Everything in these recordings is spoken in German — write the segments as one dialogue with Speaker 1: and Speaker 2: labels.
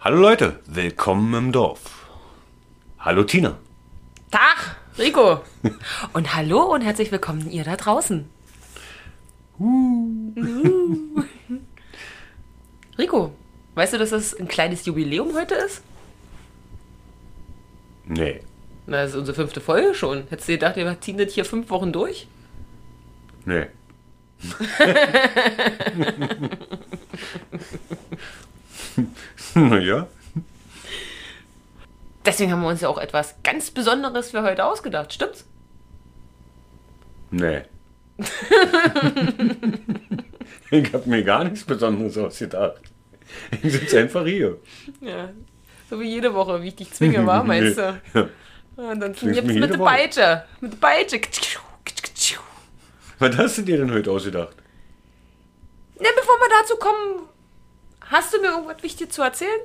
Speaker 1: Hallo Leute, willkommen im Dorf. Hallo Tina.
Speaker 2: Tag, Rico. Und hallo und herzlich willkommen ihr da draußen. Uh. Rico, weißt du, dass es ein kleines Jubiläum heute ist?
Speaker 1: Nee.
Speaker 2: Na, das ist unsere fünfte Folge schon. Hättest du gedacht, wir ziehen das hier fünf Wochen durch?
Speaker 1: Nee. naja.
Speaker 2: Deswegen haben wir uns ja auch etwas ganz Besonderes für heute ausgedacht, stimmt's?
Speaker 1: Nee. ich habe mir gar nichts Besonderes ausgedacht. Ich sitze einfach hier.
Speaker 2: Ja. So wie jede Woche, wie ich dich zwinge, war, Ah, meinst du?
Speaker 1: Ja.
Speaker 2: Ja, Und dann
Speaker 1: Zwingst
Speaker 2: jetzt
Speaker 1: mich
Speaker 2: mit
Speaker 1: jede
Speaker 2: der
Speaker 1: Woche.
Speaker 2: Peitsche. Mit der Peitsche.
Speaker 1: Was hast du dir denn heute ausgedacht?
Speaker 2: Na, bevor wir dazu kommen, hast du mir irgendwas Wichtiges zu erzählen?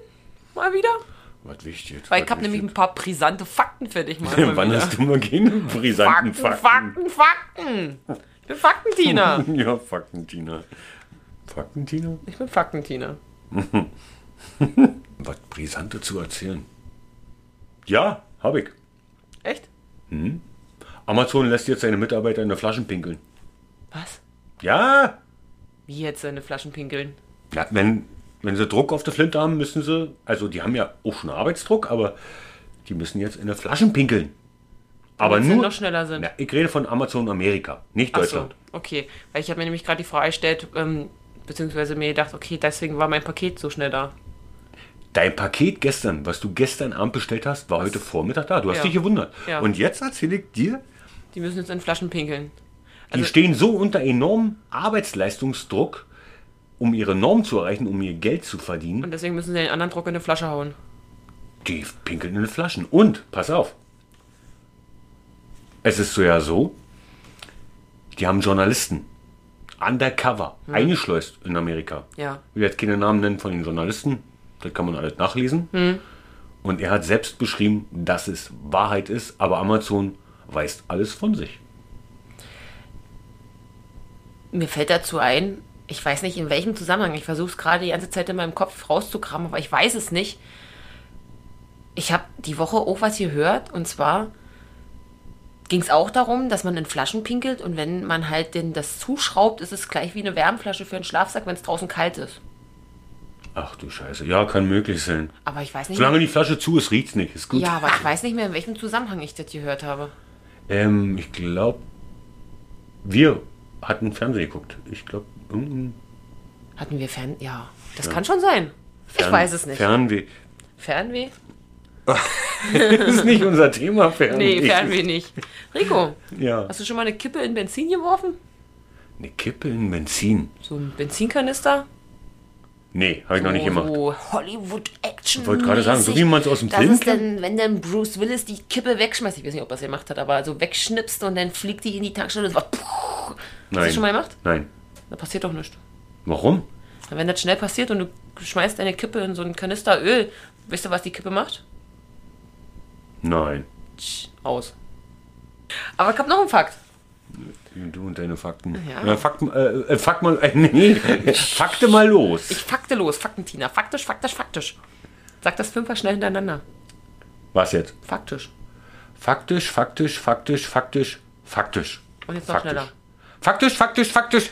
Speaker 2: Mal wieder?
Speaker 1: Was wichtig.
Speaker 2: Weil
Speaker 1: was
Speaker 2: ich habe nämlich ein
Speaker 1: wichtig.
Speaker 2: paar brisante Fakten für dich mal. mal
Speaker 1: Wann
Speaker 2: wieder.
Speaker 1: hast du mal keine brisanten
Speaker 2: Fakten,
Speaker 1: Fakten?
Speaker 2: Fakten, Fakten. Ich bin Faktentina.
Speaker 1: Ja, Fakten, Tina. Fakten, Tina?
Speaker 2: Ich bin Faktentina.
Speaker 1: Was brisante zu erzählen. Ja, hab ich.
Speaker 2: Echt?
Speaker 1: Amazon lässt jetzt seine Mitarbeiter in der Flaschen pinkeln.
Speaker 2: Was?
Speaker 1: Ja,
Speaker 2: Wie jetzt seine Flaschen pinkeln?
Speaker 1: Ja, wenn, wenn sie Druck auf der Flinte haben, müssen sie, also die haben ja auch schon Arbeitsdruck, aber die müssen jetzt in der Flaschen pinkeln. Aber
Speaker 2: Damit sie
Speaker 1: nur.
Speaker 2: noch schneller sind.
Speaker 1: Na, ich rede von Amazon Amerika, nicht
Speaker 2: Ach so,
Speaker 1: Deutschland.
Speaker 2: okay. Weil ich habe mir nämlich gerade die Frage gestellt, ähm, beziehungsweise mir gedacht, okay, deswegen war mein Paket so schnell da.
Speaker 1: Dein Paket gestern, was du gestern Abend bestellt hast, war heute Vormittag da. Du hast
Speaker 2: Ja.
Speaker 1: dich gewundert.
Speaker 2: Ja.
Speaker 1: Und jetzt erzähle ich dir,
Speaker 2: Die müssen jetzt in Flaschen pinkeln.
Speaker 1: die
Speaker 2: Also
Speaker 1: stehen so unter enormem Arbeitsleistungsdruck, um ihre Norm zu erreichen, um ihr Geld zu verdienen.
Speaker 2: Und deswegen müssen sie den anderen Druck in eine Flasche hauen.
Speaker 1: Die pinkeln in den Flaschen. Und, pass auf. Es ist so ja so, die haben Journalisten undercover
Speaker 2: Hm.
Speaker 1: eingeschleust in Amerika.
Speaker 2: Ja.
Speaker 1: Ich will jetzt keine Namen nennen von den Journalisten. Das kann man alles nachlesen.
Speaker 2: Hm.
Speaker 1: Und er hat selbst beschrieben, dass es Wahrheit ist, aber Amazon weist alles von sich.
Speaker 2: Mir fällt dazu ein, ich weiß nicht in welchem Zusammenhang, ich versuche es gerade die ganze Zeit in meinem Kopf rauszukramen, aber ich weiß es nicht. Ich habe die Woche auch was gehört und zwar ging es auch darum, dass man in Flaschen pinkelt und wenn man halt denn das zuschraubt, ist es gleich wie eine Wärmflasche für einen Schlafsack, wenn es draußen kalt ist.
Speaker 1: Ach du Scheiße. Ja, kann möglich sein.
Speaker 2: Aber ich weiß nicht.
Speaker 1: Solange die Flasche zu ist, riecht's nicht. Ist gut.
Speaker 2: ja, aber ich weiß nicht mehr, in welchem Zusammenhang ich das gehört habe.
Speaker 1: Ähm, ich glaube, wir hatten Fernsehen geguckt. Ich glaube, irgendein
Speaker 2: Hatten wir Fern. Ja, das kann schon sein. ich
Speaker 1: Fern-
Speaker 2: weiß es nicht.
Speaker 1: Fernweh.
Speaker 2: Fernweh?
Speaker 1: Das ist nicht unser Thema, Fernweh.
Speaker 2: Nee, Fernweh nicht. Rico,
Speaker 1: Ja.
Speaker 2: hast du schon mal eine Kippe in Benzin geworfen?
Speaker 1: Eine Kippe in Benzin.
Speaker 2: So ein Benzinkanister?
Speaker 1: Nee, habe ich
Speaker 2: Oh.
Speaker 1: noch nicht gemacht.
Speaker 2: So Hollywood-Action.
Speaker 1: Ich wollte gerade sagen, so wie man es aus dem
Speaker 2: das
Speaker 1: Film
Speaker 2: ist
Speaker 1: kennt.
Speaker 2: dann, wenn dann Bruce Willis die Kippe wegschmeißt, ich weiß nicht, ob er es gemacht hat, aber so wegschnipst und dann fliegt die in die Tankstelle und macht puh. Hast du
Speaker 1: Nein.
Speaker 2: schon mal gemacht?
Speaker 1: Nein.
Speaker 2: Da passiert doch nichts.
Speaker 1: Warum?
Speaker 2: Und Wenn das schnell passiert und du schmeißt deine Kippe in so einen Kanister Öl, weißt du, was die Kippe macht?
Speaker 1: Nein.
Speaker 2: Tsch, Aus. Aber ich hab noch einen Fakt.
Speaker 1: Du und deine Fakten.
Speaker 2: Ja.
Speaker 1: Na, Fakten, äh, äh, Fakt mal, äh, nee, Fakte mal los.
Speaker 2: Ich fakte los, Faktentina. Faktisch, faktisch, faktisch. Sag das fünfmal schnell hintereinander.
Speaker 1: Was jetzt?
Speaker 2: Faktisch.
Speaker 1: Faktisch, faktisch, faktisch, faktisch, faktisch.
Speaker 2: Und jetzt noch
Speaker 1: Faktisch.
Speaker 2: schneller.
Speaker 1: Faktisch, faktisch, faktisch.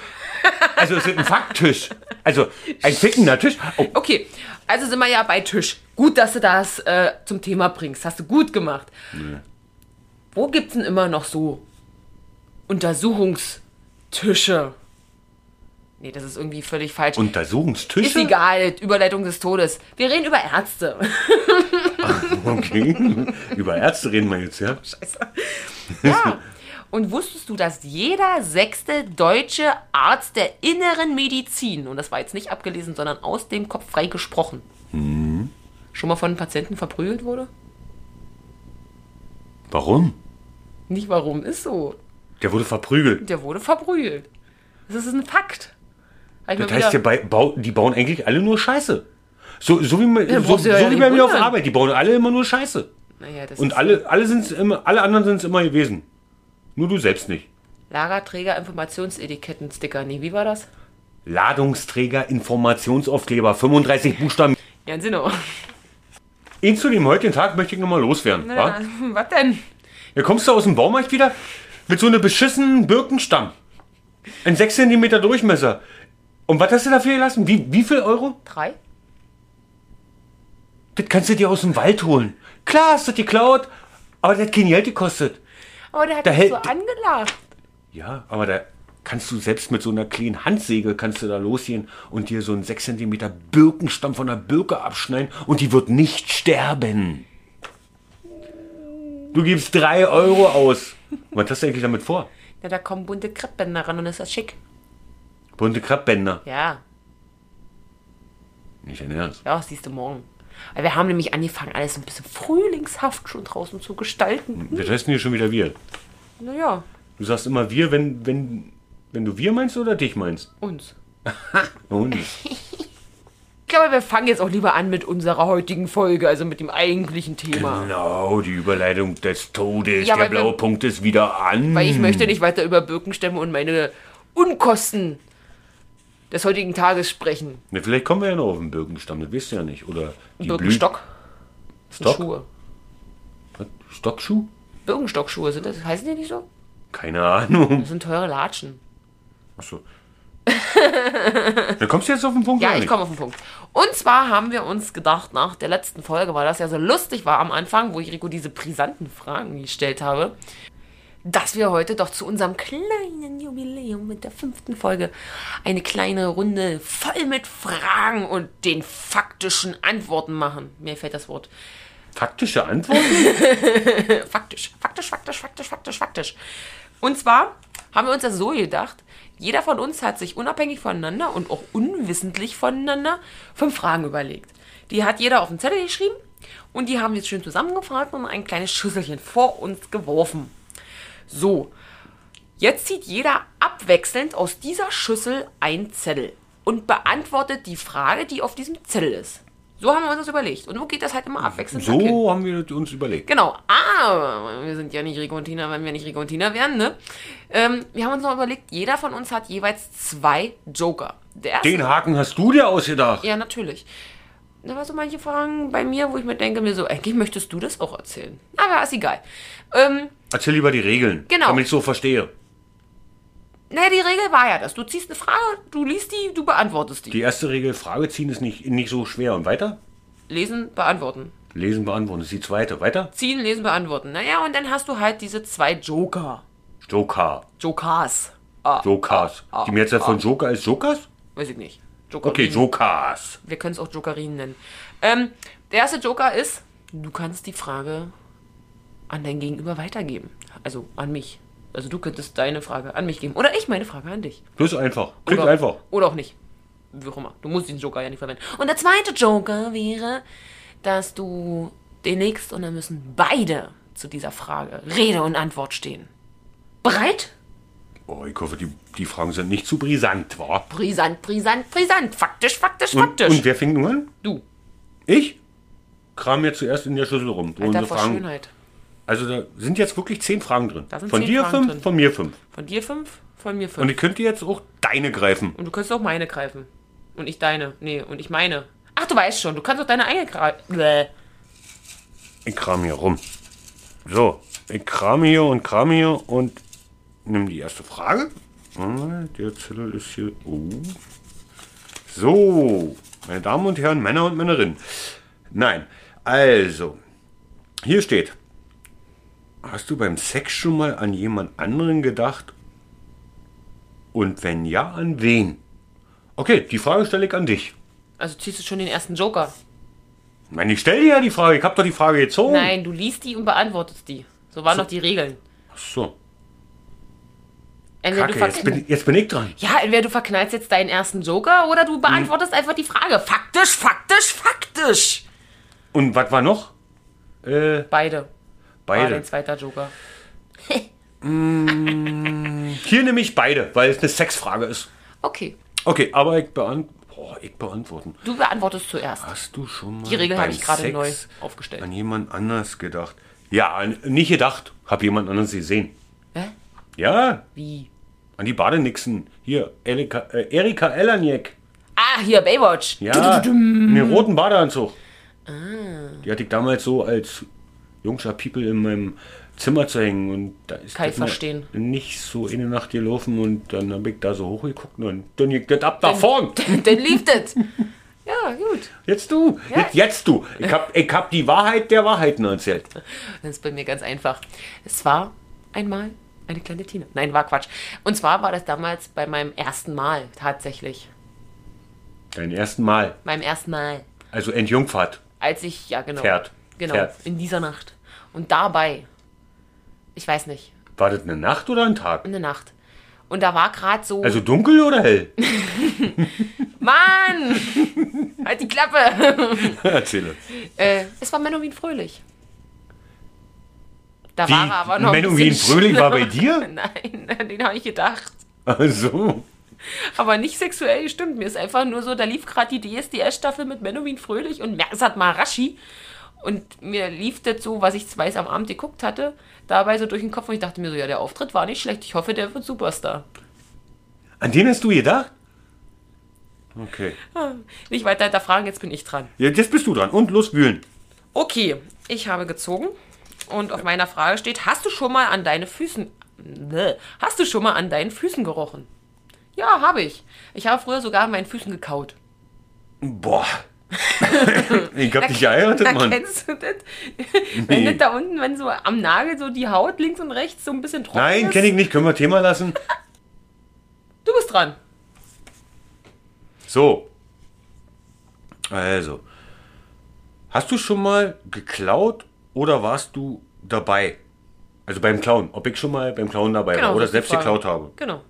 Speaker 1: Also es ist ein Faktisch. Also ein fickender Tisch. Oh,
Speaker 2: Okay, also sind wir ja bei Tisch. Gut, dass du das äh, zum Thema bringst. Hast du gut gemacht. Wo gibt's denn immer noch so Untersuchungstische? Nee, das ist irgendwie völlig falsch.
Speaker 1: Untersuchungstische?
Speaker 2: ist egal, Überleitung des Todes. Wir reden über Ärzte.
Speaker 1: Okay. Über Ärzte reden wir jetzt, ja?
Speaker 2: Ja. Und wusstest du, dass jeder sechste deutsche Arzt der inneren Medizin, und das war jetzt nicht abgelesen, sondern aus dem Kopf frei gesprochen, schon mal von einem Patienten verprügelt wurde?
Speaker 1: Warum?
Speaker 2: Nicht warum, ist so.
Speaker 1: Der wurde verprügelt.
Speaker 2: Der wurde verprügelt. Das ist ein Fakt. Hab ich
Speaker 1: Das
Speaker 2: mal
Speaker 1: heißt, ja,
Speaker 2: wieder-
Speaker 1: bei, bau, die bauen eigentlich alle nur Scheiße. So, so wie, man-
Speaker 2: da
Speaker 1: so,
Speaker 2: brauchst
Speaker 1: so
Speaker 2: du ja
Speaker 1: wie
Speaker 2: nicht
Speaker 1: bei mir auf der
Speaker 2: wundern.
Speaker 1: Arbeit. Die bauen alle immer nur Scheiße.
Speaker 2: naja, das
Speaker 1: Und
Speaker 2: ist
Speaker 1: alle, alle, sind's immer, alle anderen sind es immer gewesen. Nur du selbst nicht.
Speaker 2: Lagerträger Informationsetiketten-Sticker. Nee, wie war das?
Speaker 1: Ladungsträger, Informationsaufkleber, 35 Buchstaben.
Speaker 2: Ja, genau.
Speaker 1: ihn zu dem heutigen Tag möchte ich nochmal loswerden.
Speaker 2: Ja,
Speaker 1: wa?
Speaker 2: was denn?
Speaker 1: Ja, kommst du aus dem Baumarkt wieder mit so einem beschissenen Birkenstamm. Ein 6 cm Durchmesser. Und was hast du dafür gelassen? Wie, wie viel Euro?
Speaker 2: Drei?
Speaker 1: Das kannst du dir aus dem Wald holen. Klar hast du das geklaut, aber das hat kein Geld gekostet.
Speaker 2: Aber der hat
Speaker 1: Da
Speaker 2: mich
Speaker 1: hält-
Speaker 2: so angelacht.
Speaker 1: Ja, aber da kannst du selbst mit so einer kleinen Handsäge kannst du da losgehen und dir so einen 6 cm Birkenstamm von einer Birke abschneiden und die wird nicht sterben. Du gibst 3 Euro aus. Was hast du eigentlich damit vor?
Speaker 2: Ja, da kommen bunte Kreppbänder ran und ist das schick.
Speaker 1: Bunte Krabbänder.
Speaker 2: Ja,
Speaker 1: Nicht dein Ernst.
Speaker 2: ja, siehst du morgen. Weil wir haben nämlich angefangen, alles so ein bisschen frühlingshaft schon draußen zu gestalten.
Speaker 1: Wir testen hier schon wieder wir.
Speaker 2: Naja,
Speaker 1: Du sagst immer wir, wenn, wenn, wenn du wir meinst oder dich meinst.
Speaker 2: uns.
Speaker 1: Und
Speaker 2: Ich glaube, wir fangen jetzt auch lieber an mit unserer heutigen Folge, also mit dem eigentlichen Thema.
Speaker 1: genau, die Überleitung des Todes.
Speaker 2: Ja,
Speaker 1: Der
Speaker 2: weil wir-
Speaker 1: blaue Punkt ist wieder an.
Speaker 2: Weil ich möchte
Speaker 1: Hm.
Speaker 2: nicht weiter über Birkenstämme und meine Unkosten des heutigen Tages sprechen.
Speaker 1: Na, vielleicht kommen wir ja noch auf den Birkenstamm, das weißt du ja nicht. Oder die
Speaker 2: Birkenstock,
Speaker 1: Blü-
Speaker 2: Stock?
Speaker 1: Stock?
Speaker 2: Schuhe.
Speaker 1: Was? Stockschuh?
Speaker 2: Birkenstockschuhe sind das, heißen die nicht so?
Speaker 1: Keine Ahnung.
Speaker 2: Das sind teure Latschen.
Speaker 1: Achso. Dann kommst du jetzt auf den Punkt.
Speaker 2: Ja,
Speaker 1: oder
Speaker 2: ich
Speaker 1: nicht?
Speaker 2: komme auf den Punkt. Und zwar haben wir uns gedacht, nach der letzten Folge, weil das ja so lustig war am Anfang, wo ich Rico diese brisanten Fragen gestellt habe, dass wir heute doch zu unserem kleinen Jubiläum mit der fünften Folge eine kleine Runde voll mit Fragen und den faktischen Antworten machen. Mir fällt das Wort.
Speaker 1: Faktische Antwort?
Speaker 2: Faktisch, faktisch, faktisch, faktisch, faktisch, faktisch. Und zwar haben wir uns das so gedacht, jeder von uns hat sich unabhängig voneinander und auch unwissentlich voneinander fünf Fragen überlegt. Die hat jeder auf den Zettel geschrieben und die haben wir jetzt schön zusammengefragt und ein kleines Schüsselchen vor uns geworfen. So, jetzt zieht jeder abwechselnd aus dieser Schüssel einen Zettel und beantwortet die Frage, die auf diesem Zettel ist. So haben wir uns das überlegt. Und so geht das halt immer abwechselnd nach hinten.
Speaker 1: so haben wir uns überlegt.
Speaker 2: Genau, aber wir sind ja nicht Rico und Tina, wenn wir nicht Rico und Tina wären, ne? Ähm, wir haben uns noch überlegt, jeder von uns hat jeweils zwei Joker. Der erste,
Speaker 1: Den Haken hast du dir ausgedacht.
Speaker 2: ja, natürlich. Da war so manche Fragen bei mir, wo ich mir denke, mir so, eigentlich möchtest du das auch erzählen. Aber ist egal. Ähm,
Speaker 1: Erzähl lieber die Regeln,
Speaker 2: Genau.
Speaker 1: damit ich so verstehe.
Speaker 2: naja, die Regel war ja das. Du ziehst eine Frage, du liest die, du beantwortest die.
Speaker 1: Die erste Regel, Frage ziehen, ist nicht, nicht so schwer. Und weiter?
Speaker 2: Lesen, beantworten.
Speaker 1: Lesen, beantworten. Das ist die zweite. Weiter?
Speaker 2: Ziehen, lesen, beantworten. Naja, und dann hast du halt diese zwei Joker.
Speaker 1: Joker.
Speaker 2: Jokers.
Speaker 1: Jokers.
Speaker 2: Ah.
Speaker 1: Die Mehrzahl von Joker ist Jokers?
Speaker 2: Weiß ich nicht. Joker
Speaker 1: Okay, Jokers.
Speaker 2: Wir können es auch Jokerien nennen. Ähm, der erste Joker ist, du kannst die Frage an dein Gegenüber weitergeben. Also an mich. Also du könntest deine Frage an mich geben. Oder ich meine Frage an dich.
Speaker 1: Das ist einfach. Klingt
Speaker 2: Oder,
Speaker 1: einfach.
Speaker 2: Oder auch nicht. Wie auch immer. Du musst diesen Joker ja nicht verwenden. Und der zweite Joker wäre, dass du den legst und dann müssen beide zu dieser Frage Rede und Antwort stehen. Bereit?
Speaker 1: Oh, ich hoffe, die, die Fragen sind nicht zu brisant, wa?
Speaker 2: Brisant, brisant, brisant. Faktisch, faktisch,
Speaker 1: Und,
Speaker 2: faktisch.
Speaker 1: und wer fängt nun an?
Speaker 2: du,
Speaker 1: Ich? Kram jetzt zuerst in der Schüssel rum. So
Speaker 2: Alter
Speaker 1: unsere
Speaker 2: vor
Speaker 1: Fragen.
Speaker 2: Schönheit.
Speaker 1: Also da sind jetzt wirklich zehn Fragen drin.
Speaker 2: Da sind
Speaker 1: Von
Speaker 2: zehn
Speaker 1: dir
Speaker 2: Fragen
Speaker 1: fünf,
Speaker 2: drin.
Speaker 1: von mir fünf.
Speaker 2: Von dir fünf, von mir fünf.
Speaker 1: Und ich könnte jetzt auch deine greifen.
Speaker 2: Und du könntest auch meine greifen. Und ich deine. Nee, und ich meine. Ach, du weißt schon, du kannst auch deine eigene greifen. Bäh.
Speaker 1: Ich kram hier rum. So, ich kram hier und kram hier und nimm die erste Frage. Ah, Der Zettel ist hier. Oh. So, meine Damen und Herren, Männer und Männerinnen. Nein, also, hier steht: Hast du beim Sex schon mal an jemand anderen gedacht? Und wenn ja, an wen? Okay, die Frage stelle ich an dich.
Speaker 2: Also ziehst du schon den ersten Joker.
Speaker 1: Nein, ich stelle dir ja die Frage. Ich habe doch die Frage gezogen.
Speaker 2: Nein, du liest die und beantwortest die. So waren doch die Regeln.
Speaker 1: Ach so.
Speaker 2: Entweder
Speaker 1: Kacke,
Speaker 2: du
Speaker 1: jetzt
Speaker 2: verknallst.
Speaker 1: bin, jetzt bin ich dran.
Speaker 2: Ja, entweder du verknallst jetzt deinen ersten Joker oder du beantwortest einfach die Frage. Faktisch, faktisch, faktisch.
Speaker 1: Und was war noch? Äh,
Speaker 2: Beide. War dein
Speaker 1: beide.
Speaker 2: zweiter Joker.
Speaker 1: Hier nehme ich beide, weil es eine Sexfrage ist.
Speaker 2: Okay.
Speaker 1: Okay, aber ich, beant Boah, ich beantworten.
Speaker 2: Du beantwortest zuerst.
Speaker 1: Hast du schon mal
Speaker 2: Die Regel
Speaker 1: beim
Speaker 2: habe ich gerade
Speaker 1: Sex
Speaker 2: neu aufgestellt.
Speaker 1: an jemand anders gedacht? Ja, an, nicht gedacht. Hab jemand anders gesehen.
Speaker 2: Hä?
Speaker 1: Ja,
Speaker 2: Wie?
Speaker 1: an die Badenixen. Hier, Erika, äh, Erika Elaniek.
Speaker 2: Ah, hier, Baywatch.
Speaker 1: Ja, in den roten Badeanzug. Die hatte ich damals so als jungscher People in meinem Zimmer zu hängen und da ist
Speaker 2: Kann
Speaker 1: das
Speaker 2: ich
Speaker 1: mal
Speaker 2: verstehen.
Speaker 1: nicht so in der Nacht gelaufen und dann habe ich da so hochgeguckt und dann ging das ab nach vorn.
Speaker 2: Dann lief das. Ja, gut.
Speaker 1: Jetzt du, jetzt, jetzt du. Ich hab, ich hab die Wahrheit der Wahrheiten erzählt.
Speaker 2: Das ist bei mir ganz einfach. Es war einmal eine kleine Tina. Nein, war Quatsch. Und zwar war das damals bei meinem ersten Mal tatsächlich.
Speaker 1: Dein ersten Mal,
Speaker 2: Meinem ersten Mal.
Speaker 1: also Entjungfahrt.
Speaker 2: Als ich, ja genau.
Speaker 1: Pferd.
Speaker 2: Genau,
Speaker 1: Pferd.
Speaker 2: in dieser Nacht. Und dabei, ich weiß nicht,
Speaker 1: War das eine Nacht oder ein Tag?
Speaker 2: eine Nacht. Und da war gerade so,
Speaker 1: Also dunkel oder hell?
Speaker 2: Mann, halt die Klappe.
Speaker 1: Erzähle.
Speaker 2: Äh, es war Menowin Fröhlich. Da
Speaker 1: Wie,
Speaker 2: war er aber noch
Speaker 1: Menno
Speaker 2: ein
Speaker 1: wie ein
Speaker 2: bisschen
Speaker 1: Fröhlich war bei
Speaker 2: schlimmer.
Speaker 1: dir?
Speaker 2: Nein, an den habe ich gedacht.
Speaker 1: Also,
Speaker 2: Aber nicht sexuell, stimmt. Mir ist einfach nur so, da lief gerade die DSDS-Staffel mit Menowin Fröhlich und Mersat Marashi. Und mir lief das so, was ich weiß am Abend geguckt hatte, dabei so durch den Kopf und ich dachte mir so, ja, der Auftritt war nicht schlecht. Ich hoffe, der wird Superstar.
Speaker 1: an den hast du gedacht? Okay.
Speaker 2: Nicht weiter hinterfragen, jetzt bin ich dran.
Speaker 1: Ja, Jetzt bist du dran. Und los wühlen.
Speaker 2: Okay, ich habe gezogen und auf meiner Frage steht, hast du schon mal an deine Füßen Bäh. hast du schon mal an deinen Füßen gerochen? Ja, habe ich. Ich habe früher sogar an meinen Füßen gekaut.
Speaker 1: Boah. ich hab dich geheiratet,
Speaker 2: Da
Speaker 1: Mann.
Speaker 2: kennst du das? Wenn das da unten, wenn so am Nagel so die Haut links und rechts so ein bisschen trocken
Speaker 1: Nein,
Speaker 2: ist.
Speaker 1: kenn ich nicht. Können wir Thema lassen?
Speaker 2: Du bist dran.
Speaker 1: So. Also. Hast du schon mal geklaut oder warst du dabei? Also beim Klauen. Ob ich schon mal beim Klauen dabei war oder
Speaker 2: Genau, das ist die
Speaker 1: selbst
Speaker 2: Frage.
Speaker 1: geklaut habe.
Speaker 2: Genau.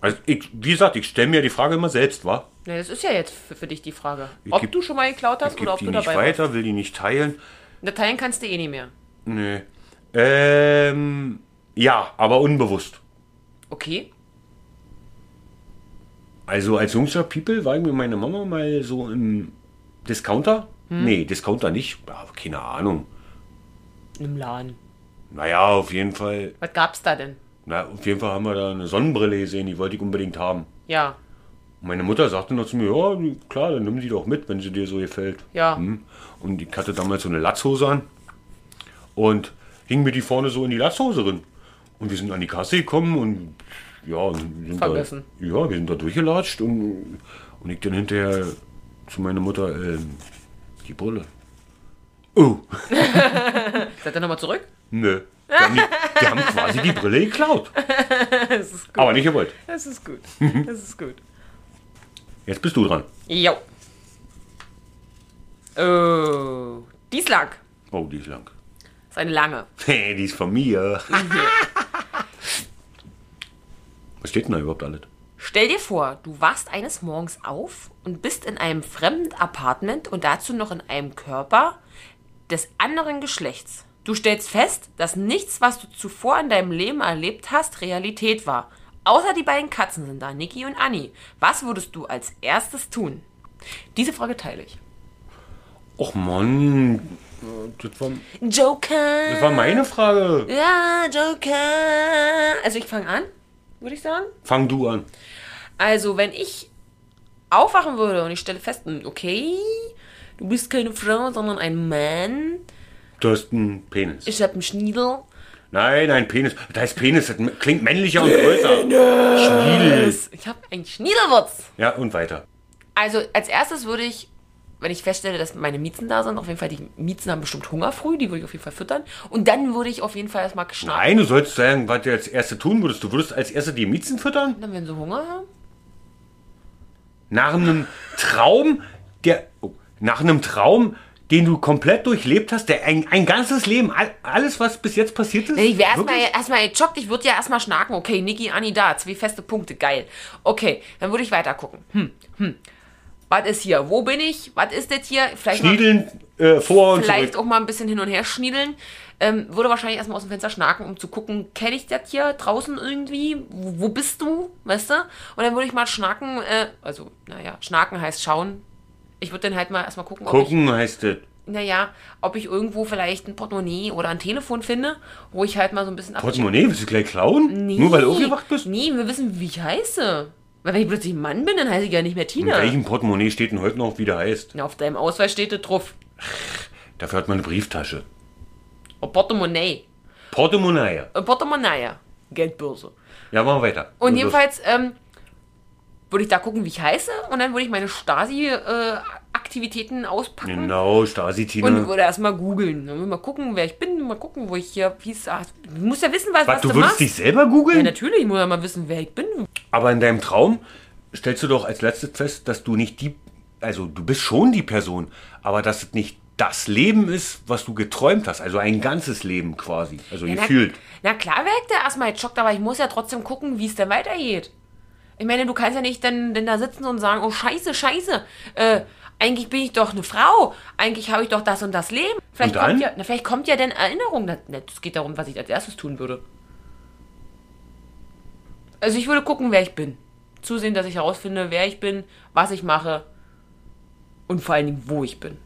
Speaker 1: Also ich, wie gesagt, ich stelle mir die Frage immer selbst, wa?
Speaker 2: Na, das ist ja jetzt für, für dich die Frage. Ob
Speaker 1: geb-
Speaker 2: du schon mal geklaut hast
Speaker 1: Ich gebe
Speaker 2: oder ob
Speaker 1: die
Speaker 2: du
Speaker 1: nicht
Speaker 2: dabei warst.
Speaker 1: weiter, will die nicht teilen.
Speaker 2: Na, teilen kannst du eh nicht mehr.
Speaker 1: Nö. Ähm, ja, aber unbewusst.
Speaker 2: Okay.
Speaker 1: Also als jungster People war ich mit meiner Mama mal so im Discounter. Nee, Discounter nicht. Ja, keine Ahnung.
Speaker 2: Im Laden.
Speaker 1: Naja, auf jeden Fall
Speaker 2: Was gab's da denn?
Speaker 1: Na, auf jeden Fall haben wir da eine Sonnenbrille gesehen, die wollte ich unbedingt haben.
Speaker 2: Ja,
Speaker 1: Und Meine Mutter sagte noch zu mir, ja, klar, dann nimm sie doch mit, wenn sie dir so gefällt.
Speaker 2: Ja.
Speaker 1: Hm. Und ich hatte damals so eine Latzhose an und hing mir die vorne so in die Latzhose drin. Und wir sind an die Kasse gekommen und ja, und sind
Speaker 2: Vergessen.
Speaker 1: Da, ja, wir sind da durchgelatscht und, und ich dann hinterher zu meiner Mutter, ähm, die Brille. Oh,
Speaker 2: seid ihr nochmal zurück?
Speaker 1: nö. Wir haben, die, wir haben quasi die Brille geklaut.
Speaker 2: Das ist gut.
Speaker 1: Aber nicht gewollt.
Speaker 2: Das ist gut. Das ist gut.
Speaker 1: Jetzt bist du dran.
Speaker 2: Jo. Oh. Die ist lang.
Speaker 1: Oh, die ist lang.
Speaker 2: Ist eine lange.
Speaker 1: Hey, die ist von mir. Was steht denn da überhaupt alles?
Speaker 2: Stell dir vor, du wachst eines Morgens auf und bist in einem fremden Apartment und dazu noch in einem Körper des anderen Geschlechts. Du stellst fest, dass nichts, was du zuvor in deinem Leben erlebt hast, Realität war. Außer die beiden Katzen sind da, Niki und Anni. Was würdest du als erstes tun? Diese Frage teile ich.
Speaker 1: Och Mann, das war,
Speaker 2: Joker!
Speaker 1: das war meine Frage.
Speaker 2: Ja, Joker. Also ich fange an, würde ich sagen.
Speaker 1: Fang du an.
Speaker 2: Also wenn ich aufwachen würde und ich stelle fest, hm, okay, du bist keine Frau, sondern ein Mann.
Speaker 1: Du hast einen Penis.
Speaker 2: Ich habe einen Schniedel.
Speaker 1: Nein, ein Penis. Das heißt Penis, das klingt männlicher und größer. Schniedel.
Speaker 2: Ich habe einen Schniedelwurz.
Speaker 1: Ja, und weiter.
Speaker 2: Also als erstes würde ich, wenn ich feststelle, dass meine Miezen da sind, auf jeden Fall, die Miezen haben bestimmt Hunger früh, die würde ich auf jeden Fall füttern. Und dann würde ich auf jeden Fall erstmal schnappen.
Speaker 1: Nein, du sollst sagen, was du als Erste tun würdest. Du würdest als Erste die Miezen füttern?
Speaker 2: Dann, wenn sie Hunger haben.
Speaker 1: Nach einem Traum, der... Oh, nach einem Traum, den du komplett durchlebt hast, der ein, ein ganzes Leben, all, alles, was bis jetzt passiert ist.
Speaker 2: Ich wäre erstmal
Speaker 1: Wirklich?
Speaker 2: erst gechockt, ich würde ja erstmal schnaken. Okay, Niki, Anni da, zwei feste Punkte, geil. Okay, dann würde ich weiter gucken. Hm, hm. Was ist hier? Wo bin ich? Was ist das hier? Vielleicht, mal,
Speaker 1: Schniedeln äh, vor und
Speaker 2: vielleicht
Speaker 1: zurück.
Speaker 2: auch mal ein bisschen hin und her schniedeln. Ähm, würde wahrscheinlich erstmal aus dem Fenster schnaken, um zu gucken, kenne ich das hier draußen irgendwie? Wo, wo bist du? Weißt du? Und dann würde ich mal schnaken, äh, also, naja, schnaken heißt schauen. Ich würde dann halt mal erstmal gucken, ob ich
Speaker 1: Gucken heißt das.
Speaker 2: naja, ob ich irgendwo vielleicht ein Portemonnaie oder ein Telefon finde, wo ich halt mal so ein bisschen abchecken
Speaker 1: Portemonnaie, willst du gleich klauen? Nur weil du aufgewacht bist?
Speaker 2: Nee, wir wissen, wie ich heiße. Weil wenn ich plötzlich ein Mann bin, dann heiße ich ja nicht mehr
Speaker 1: In
Speaker 2: Tina.
Speaker 1: welchem Portemonnaie steht denn heute noch, wie der heißt?
Speaker 2: Na, auf deinem Ausweis steht das drauf.
Speaker 1: Dafür hat man eine Brieftasche.
Speaker 2: Oh, Portemonnaie.
Speaker 1: Portemonnaie.
Speaker 2: Äh, Portemonnaie. Geldbörse.
Speaker 1: Ja, machen wir weiter.
Speaker 2: Und
Speaker 1: Also,
Speaker 2: jedenfalls ähm, würde ich da gucken, wie ich heiße. Und dann würde ich meine Stasi-Aktivitäten auspacken.
Speaker 1: Genau, Stasi-Tina.
Speaker 2: Und würde erstmal googeln. Dann würde ich Mal gucken, wer ich bin. Mal gucken, wo ich hier, wie es. ach, Du musst ja wissen, was, was,
Speaker 1: Was, du
Speaker 2: du
Speaker 1: würdest
Speaker 2: machst.
Speaker 1: dich selber
Speaker 2: ja,
Speaker 1: googeln?
Speaker 2: natürlich, ich muss ja mal wissen, wer ich bin.
Speaker 1: Aber in deinem Traum stellst du doch als letztes fest, dass du nicht die, also du bist schon die Person, aber dass es nicht das Leben ist, was du geträumt hast. Also ein ganzes Leben quasi. Also
Speaker 2: Ja,
Speaker 1: gefühlt.
Speaker 2: Na, na klar wäre ich da erstmal geschockt, aber ich muss ja trotzdem gucken, wie es dann weitergeht. Ich meine, du kannst ja nicht dann, dann da sitzen und sagen, oh scheiße, scheiße, äh, eigentlich bin ich doch eine Frau, eigentlich habe ich doch das und das Leben. Vielleicht,
Speaker 1: Und dann?
Speaker 2: Kommt, ja, na, vielleicht kommt ja dann Erinnerung. Na, na, Es geht darum, was ich als erstes tun würde. Also ich würde gucken, wer ich bin. Zusehen, dass ich herausfinde, wer ich bin, was ich mache und vor allen Dingen, wo ich bin.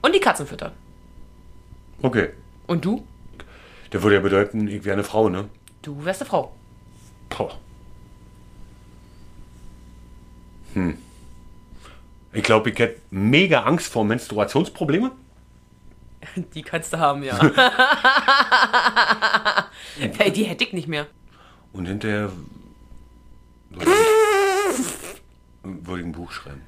Speaker 2: Und die Katzen füttern.
Speaker 1: Okay.
Speaker 2: Und du?
Speaker 1: Das würde ja bedeuten, ich wäre eine Frau, ne?
Speaker 2: Du wärst eine Frau.
Speaker 1: Boah. Hm. Hm. Ich glaube, ich hätte mega Angst vor Menstruationsproblemen.
Speaker 2: Die kannst du haben, ja. Weil die hätte ich nicht mehr.
Speaker 1: Und hinterher würde ich, würde ich ein Buch schreiben.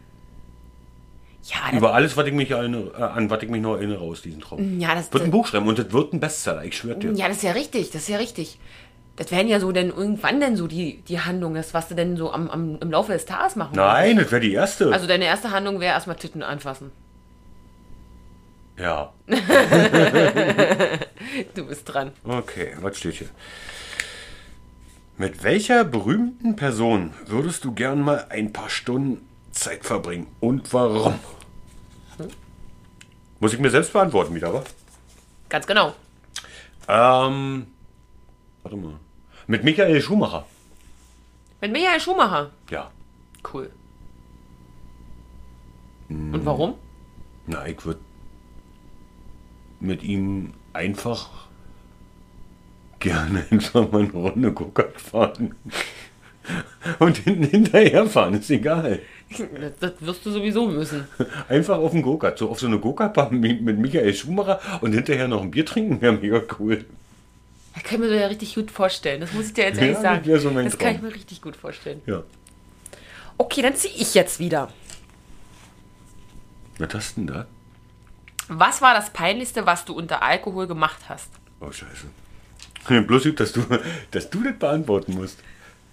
Speaker 2: Ja, das,
Speaker 1: Über alles, was ich mich erinnere, äh, an was ich mich noch erinnere aus diesem Traum.
Speaker 2: ja, das,
Speaker 1: Wird
Speaker 2: das,
Speaker 1: ein Buch schreiben und das wird ein Bestseller, ich schwöre dir.
Speaker 2: ja, das ist ja richtig, das ist ja richtig. Das wären ja so denn irgendwann denn so die, die Handlung, das, was du denn so am, am, im Laufe des Tages machen würdest.
Speaker 1: Nein, das wäre die erste.
Speaker 2: Oh. Also deine erste Handlung wäre erstmal Titten anfassen.
Speaker 1: ja.
Speaker 2: Du bist dran.
Speaker 1: Okay, was steht hier? Mit welcher berühmten Person würdest du gern mal ein paar Stunden Zeit verbringen und warum? Muss ich mir selbst beantworten wieder, wa?
Speaker 2: Ganz genau.
Speaker 1: Ähm, warte mal. Mit Michael Schumacher.
Speaker 2: Mit Michael Schumacher.
Speaker 1: Ja.
Speaker 2: Cool.
Speaker 1: Hm.
Speaker 2: Und warum?
Speaker 1: Na, ich würde mit ihm einfach gerne einfach mal eine Runde Gokart fahren. Und hinten hinterher fahren, ist egal.
Speaker 2: Das, das wirst du sowieso müssen.
Speaker 1: Einfach auf den Gokart, so auf so eine Gokart mit mit Michael Schumacher und hinterher noch ein Bier trinken, wäre mega cool.
Speaker 2: Das kann ich mir ja richtig gut vorstellen. Das muss ich dir jetzt
Speaker 1: Ja,
Speaker 2: ehrlich
Speaker 1: das
Speaker 2: sagen.
Speaker 1: wäre so mein
Speaker 2: das kann ich
Speaker 1: Traum.
Speaker 2: mir richtig gut vorstellen.
Speaker 1: Ja.
Speaker 2: Okay, dann ziehe ich jetzt wieder.
Speaker 1: Was hast du denn da?
Speaker 2: Was war das Peinlichste, was du unter Alkohol gemacht hast?
Speaker 1: Oh, scheiße. Bloß üb, dass du, dass du das beantworten musst.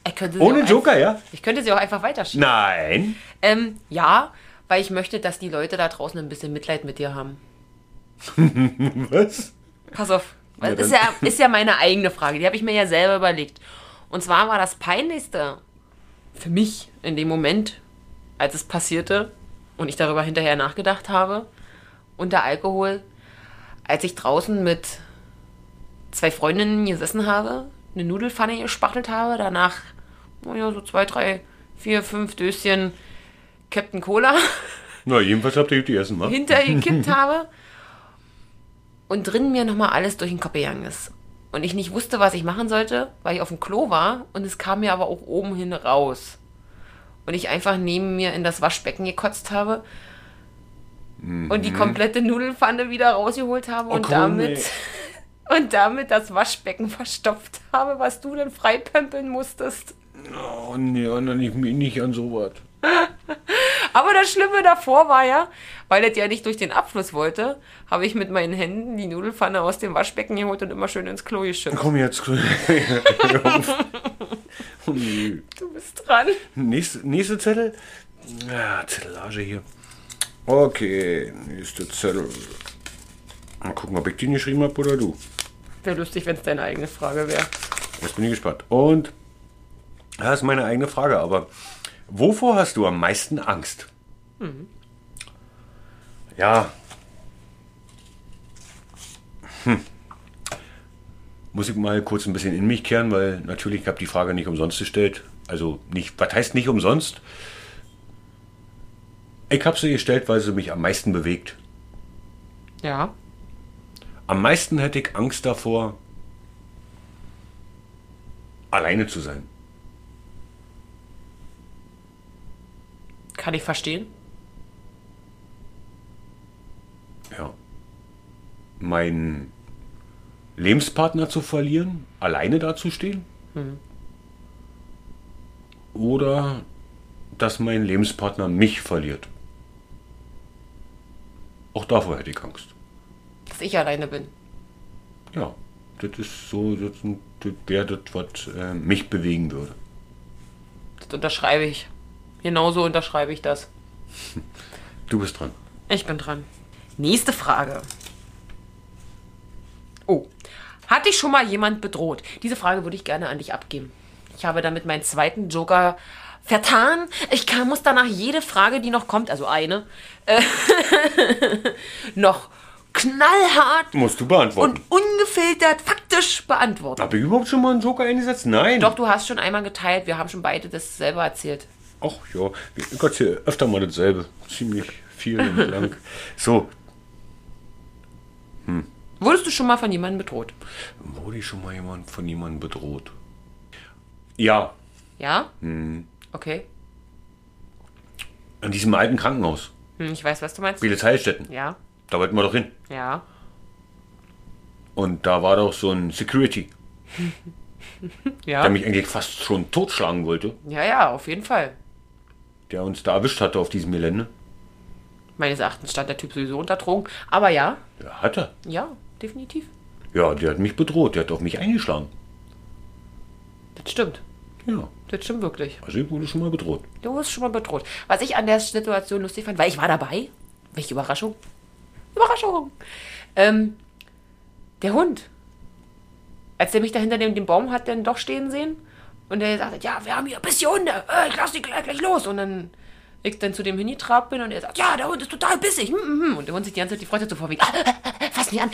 Speaker 2: Ich könnte sie
Speaker 1: Ohne
Speaker 2: auch
Speaker 1: Joker, Ne.
Speaker 2: einf-
Speaker 1: ja?
Speaker 2: Ich könnte sie auch einfach weiterschieben.
Speaker 1: Nein.
Speaker 2: Ähm, ja, weil ich möchte, dass die Leute da draußen ein bisschen Mitleid mit dir haben.
Speaker 1: Was?
Speaker 2: Pass auf.
Speaker 1: Ja,
Speaker 2: das ist ja,
Speaker 1: dann-
Speaker 2: ist ja meine eigene Frage. Die habe ich mir ja selber überlegt. Und zwar war das Peinlichste für mich in dem Moment, als es passierte und ich darüber hinterher nachgedacht habe, unter Alkohol, als ich draußen mit zwei Freundinnen gesessen habe, eine Nudelfanne gespachtelt habe, danach naja, so zwei, drei, vier, fünf Döschen Captain Cola
Speaker 1: Na, jedenfalls habt ihr die ersten Mal.
Speaker 2: hintergekippt habe und drin mir nochmal alles durch den Kopf gegangen ist. Und ich nicht wusste, was ich machen sollte, weil ich auf dem Klo war und es kam mir aber auch oben hin raus. Und ich einfach neben mir in das Waschbecken gekotzt habe und die komplette Nudelfanne wieder rausgeholt habe und
Speaker 1: komm,
Speaker 2: damit und damit das Waschbecken verstopft habe, was du dann freipömpeln musstest.
Speaker 1: Oh, nee, erinnere ich mich nicht an sowas.
Speaker 2: Aber das Schlimme davor war ja, weil das ja nicht durch den Abfluss wollte, habe ich mit meinen Händen die Nudelfanne aus dem Waschbecken geholt und immer schön ins Klo geschüttet.
Speaker 1: Komm jetzt. Oh, nee.
Speaker 2: Du bist dran.
Speaker 1: Nächste, nächste Zettel. Ja, Zettelage hier. Okay, nächste Zettel. Mal gucken, ob ich den geschrieben habe oder du.
Speaker 2: Wäre lustig, wenn es deine eigene Frage wäre.
Speaker 1: Jetzt bin ich gespannt. Und das ist meine eigene Frage, aber wovor hast du am meisten Angst? Mhm. Ja. Hm. Hm. Muss ich mal kurz ein bisschen in mich kehren, weil natürlich ich habe die Frage nicht umsonst gestellt. Also nicht, was heißt nicht umsonst? Ich habe sie gestellt, weil sie mich am meisten bewegt.
Speaker 2: Ja.
Speaker 1: Am meisten hätte ich Angst davor, alleine zu sein.
Speaker 2: Kann ich verstehen.
Speaker 1: Ja. Meinen Lebenspartner zu verlieren, alleine dazustehen? Oder dass mein Lebenspartner mich verliert? Auch davor hätte ich Angst.
Speaker 2: Dass ich alleine bin.
Speaker 1: Ja, das ist so, das wäre das, was äh, mich bewegen würde.
Speaker 2: Das unterschreibe ich. Genauso unterschreibe ich das.
Speaker 1: Du bist dran.
Speaker 2: Ich bin dran. Nächste Frage. Oh. Hat dich schon mal jemand bedroht? Diese Frage würde ich gerne an dich abgeben. Ich habe damit meinen zweiten Joker vertan. Ich kann, muss danach jede Frage, die noch kommt, also eine, äh, noch knallhart
Speaker 1: Musst du beantworten.
Speaker 2: und ungefiltert faktisch beantworten.
Speaker 1: Habe ich überhaupt schon mal einen Joker eingesetzt? Nein.
Speaker 2: Doch, du hast schon einmal geteilt. Wir haben schon beide das selber erzählt.
Speaker 1: Ach ja, wir- Gott, hier öfter mal dasselbe. Ziemlich viel und lang. So,
Speaker 2: Wurdest du schon mal von jemandem bedroht?
Speaker 1: wurde ich schon mal jemand von jemandem bedroht? Ja,
Speaker 2: Ja? Okay.
Speaker 1: an diesem alten Krankenhaus,
Speaker 2: Hm, ich weiß, was du meinst.
Speaker 1: Bielitz Heilstätten.
Speaker 2: Ja,
Speaker 1: Da wollten wir doch hin.
Speaker 2: ja.
Speaker 1: Und da war doch so ein Security,
Speaker 2: Ja. Ah.
Speaker 1: der mich eigentlich fast schon totschlagen wollte,
Speaker 2: Ja, ja, auf jeden Fall.
Speaker 1: der uns da erwischt hatte auf diesem Gelände.
Speaker 2: Meines Erachtens stand der Typ sowieso unter Drogen. Aber ja,
Speaker 1: Der hatte.
Speaker 2: ja, definitiv.
Speaker 1: Ja, der hat mich bedroht, der hat auf mich eingeschlagen.
Speaker 2: Das stimmt.
Speaker 1: Ja,
Speaker 2: Das stimmt wirklich.
Speaker 1: also ich wurde schon mal bedroht.
Speaker 2: Du wirst schon mal bedroht. Was ich an der Situation lustig fand, weil ich war dabei. Welche Überraschung? Überraschung! Ähm, der Hund. Als der mich da hinter dem, dem Baum hat dann doch stehen sehen und der sagte, ja, wir haben hier ein bisschen Hunde, äh, ich lass die gleich, gleich los. Und dann ich dann zu dem hingetrabt bin und er sagt, ja, der Hund ist total bissig. hm, hm, hm. Und der Hund sich die ganze Zeit die Freude zuvor wiegt. Ah, ah, ah, fass mich an,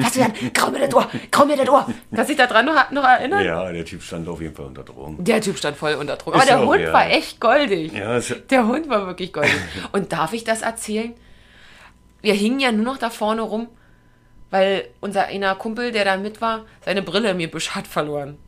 Speaker 2: fass mich an, grau mir das Ohr, grau mir das Ohr. Kannst du dich daran noch, noch erinnern?
Speaker 1: Ja, der Typ stand auf jeden Fall unter Drogen.
Speaker 2: Der Typ stand voll unter Druck. Aber
Speaker 1: Ist
Speaker 2: der
Speaker 1: auch,
Speaker 2: Hund
Speaker 1: ja.
Speaker 2: war echt goldig.
Speaker 1: Ja, ist ja-
Speaker 2: der Hund war wirklich goldig. Und darf ich das erzählen? Wir hingen ja nur noch da vorne rum, weil unser einer Kumpel, der da mit war, seine Brille mir Büsch hat verloren.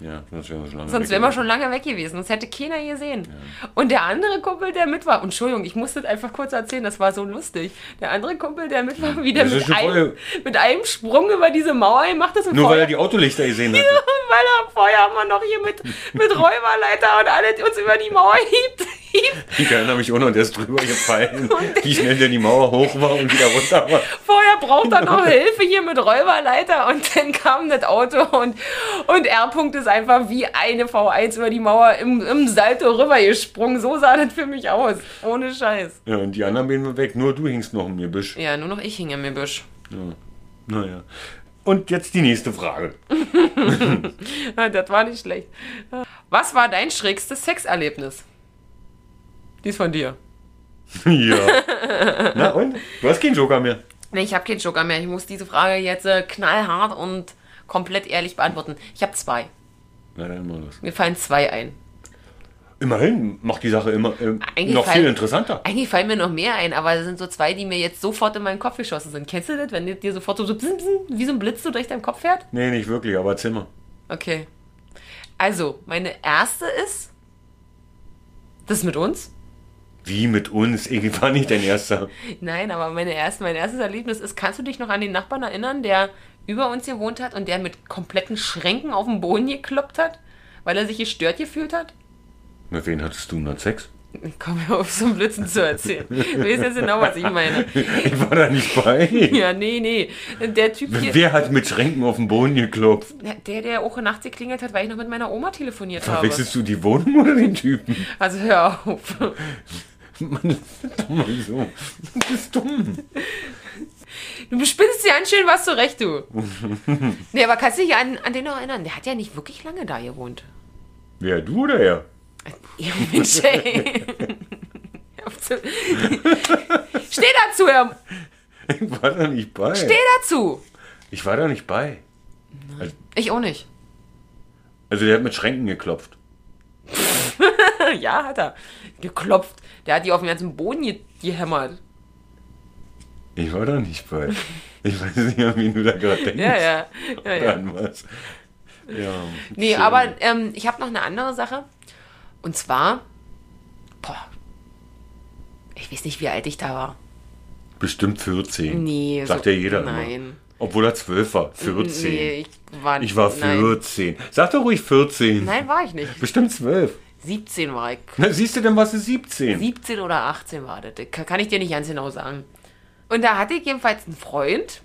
Speaker 1: Ja, sonst wären wir schon lange
Speaker 2: Sonst
Speaker 1: weg
Speaker 2: wären wir
Speaker 1: gewesen.
Speaker 2: schon lange weg gewesen. Das hätte keiner gesehen. Und der andere Kumpel, der mit war, Entschuldigung, ich muss das einfach kurz erzählen, das war so lustig. Der andere Kumpel, der mit war, wie der
Speaker 1: Das ist
Speaker 2: mit
Speaker 1: schon
Speaker 2: einem,
Speaker 1: voll-
Speaker 2: mit einem Sprung über diese Mauer gemacht ist und
Speaker 1: Nur weil er
Speaker 2: vorher-
Speaker 1: die Autolichter gesehen hat.
Speaker 2: weil er vorher haben wir noch hier mit, mit Räuberleiter und alle die uns über die Mauer hiebt. hiebt.
Speaker 1: Ich erinnere mich auch noch, der ist drüber gefallen, wie schnell der die Mauer hoch war und wieder runter war.
Speaker 2: Vorher braucht er noch Hilfe hier mit Räuberleiter und dann kam das Auto und, und R. -Punkt ist einfach wie eine V1 über die Mauer im, im Salto rübergesprungen. So sah das für mich aus. Ohne Scheiß.
Speaker 1: Ja, und die anderen bin weg, nur du hingst noch um mir Büsch.
Speaker 2: Ja, nur noch ich hing im Gebüsch.
Speaker 1: Naja. Und jetzt die nächste Frage.
Speaker 2: Ja, Das war nicht schlecht. Was war dein schrägstes Sexerlebnis? Dies von dir.
Speaker 1: Ja. Na und? Du hast keinen Joker mehr.
Speaker 2: Nee, ich habe keinen Joker mehr. Ich muss diese Frage jetzt äh, knallhart und komplett ehrlich beantworten. Ich habe zwei.
Speaker 1: Na dann mal los.
Speaker 2: Mir fallen zwei ein.
Speaker 1: Immerhin macht die Sache immer ähm,
Speaker 2: Eigentlich
Speaker 1: noch
Speaker 2: fallen-
Speaker 1: viel interessanter.
Speaker 2: Eigentlich fallen mir noch mehr ein, aber es sind so zwei, die mir jetzt sofort in meinen Kopf geschossen sind. Kennst du das, wenn dir sofort so, so bzz, bzz, wie so ein Blitz so durch deinen Kopf fährt?
Speaker 1: Nee, nicht wirklich, aber Zimmer.
Speaker 2: Okay. Also, meine erste ist. Das mit uns?
Speaker 1: Wie mit uns? Ich war nicht dein erster.
Speaker 2: Nein, aber meine erste, mein erstes Erlebnis ist, kannst du dich noch an den Nachbarn erinnern, der über uns gewohnt hat und der mit kompletten Schränken auf den Boden gekloppt hat, weil er sich gestört gefühlt hat?
Speaker 1: Mit wem hattest du denn Sex?
Speaker 2: Ich komme auf so einen Blödsinn zu erzählen. Du weißt jetzt genau, was ich meine.
Speaker 1: Ich war da nicht bei.
Speaker 2: Ja, nee, nee. Der Typ hier,
Speaker 1: Wer hat mit Schränken auf den Boden geklopft?
Speaker 2: der, der auch nachts geklingelt hat, weil ich noch mit meiner Oma telefoniert habe.
Speaker 1: Verwechselst du die Wohnung oder den Typen?
Speaker 2: Also hör auf.
Speaker 1: Mann, das ist doch mal so. Du bist dumm.
Speaker 2: Du bespinnst dir ganz schön was zurecht, du. Nee, aber kannst du dich an, an den noch erinnern? Der hat ja nicht wirklich lange da gewohnt.
Speaker 1: Wer, du oder er?
Speaker 2: Ja, Mensch, ey. Hör auf zu- Steh dazu, Herr.
Speaker 1: Ich war da nicht bei.
Speaker 2: Steh dazu.
Speaker 1: Ich war da nicht bei.
Speaker 2: Ich auch nicht.
Speaker 1: Also der hat mit Schränken geklopft.
Speaker 2: Ja, hat er. Geklopft. Der hat die auf den ganzen Boden ge gehämmert.
Speaker 1: Ich war da nicht bei. Ich weiß nicht, an wen du da gerade denkst.
Speaker 2: Ja, ja. ja, ja.
Speaker 1: Oder an was. Ja.
Speaker 2: Nee,
Speaker 1: schön.
Speaker 2: aber ähm, ich habe noch eine andere Sache. Und zwar, boah, Ich weiß nicht, wie alt ich da war.
Speaker 1: Bestimmt 14.
Speaker 2: Nee,
Speaker 1: Sagt
Speaker 2: so-
Speaker 1: ja jeder immer.
Speaker 2: nein.
Speaker 1: Obwohl er 12 war. 14.
Speaker 2: Nee,
Speaker 1: ich,
Speaker 2: ich war,
Speaker 1: war
Speaker 2: Nein.
Speaker 1: 14. Sag doch ruhig 14.
Speaker 2: nein, war ich nicht.
Speaker 1: Bestimmt 12.
Speaker 2: 17 war ich.
Speaker 1: Na, siehst du denn, was ist 17?
Speaker 2: 17 oder 18 war das. Ka- Kann ich dir nicht ganz genau sagen. Und da hatte ich jedenfalls einen Freund,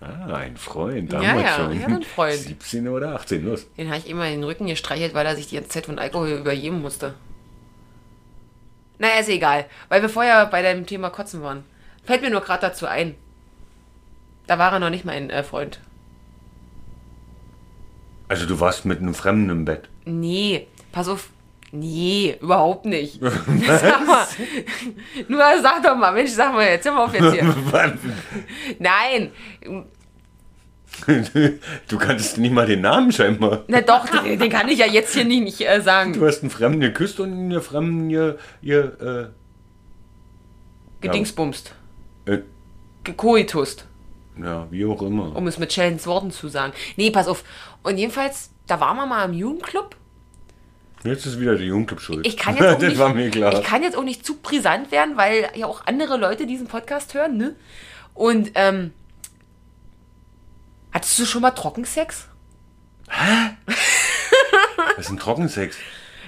Speaker 1: Ah, ein Freund,
Speaker 2: Ja,
Speaker 1: damals
Speaker 2: ja,
Speaker 1: schon.
Speaker 2: ja, ein Freund.
Speaker 1: 17 oder 18, los.
Speaker 2: den habe ich immer in den Rücken gestreichelt, weil er sich die ganze Zeit von Alkohol übergeben musste. Naja, ist egal, weil wir vorher bei deinem Thema Kotzen waren. Fällt mir nur gerade dazu ein. Da war er noch nicht mein äh, Freund.
Speaker 1: Also du warst mit einem Fremden im Bett.
Speaker 2: Nee, pass auf. Nee, überhaupt nicht. Sag mal. Nur sag doch mal, Mensch, sag mal jetzt, hör mal auf jetzt hier. Nein,
Speaker 1: du kanntest nicht mal den Namen scheinbar.
Speaker 2: na doch, den, den kann ich ja jetzt hier nicht, nicht äh, sagen.
Speaker 1: Du hast einen Fremden geküsst und eine Fremden ihr, ihr
Speaker 2: Gedingsbumst.
Speaker 1: äh, äh,
Speaker 2: Gekoitust,
Speaker 1: ja, wie auch immer.
Speaker 2: um es mit Shellens Worten zu sagen. Nee, pass auf. Und jedenfalls, da waren wir mal im Jugendclub.
Speaker 1: Jetzt ist wieder der Jugendclub schuld.
Speaker 2: Ich kann jetzt auch
Speaker 1: das
Speaker 2: nicht,
Speaker 1: war mir klar.
Speaker 2: Ich kann jetzt auch nicht zu brisant werden, weil ja auch andere Leute diesen Podcast hören, ne? Und ähm, hattest du schon mal Trockensex?
Speaker 1: Das ist ein Trockensex.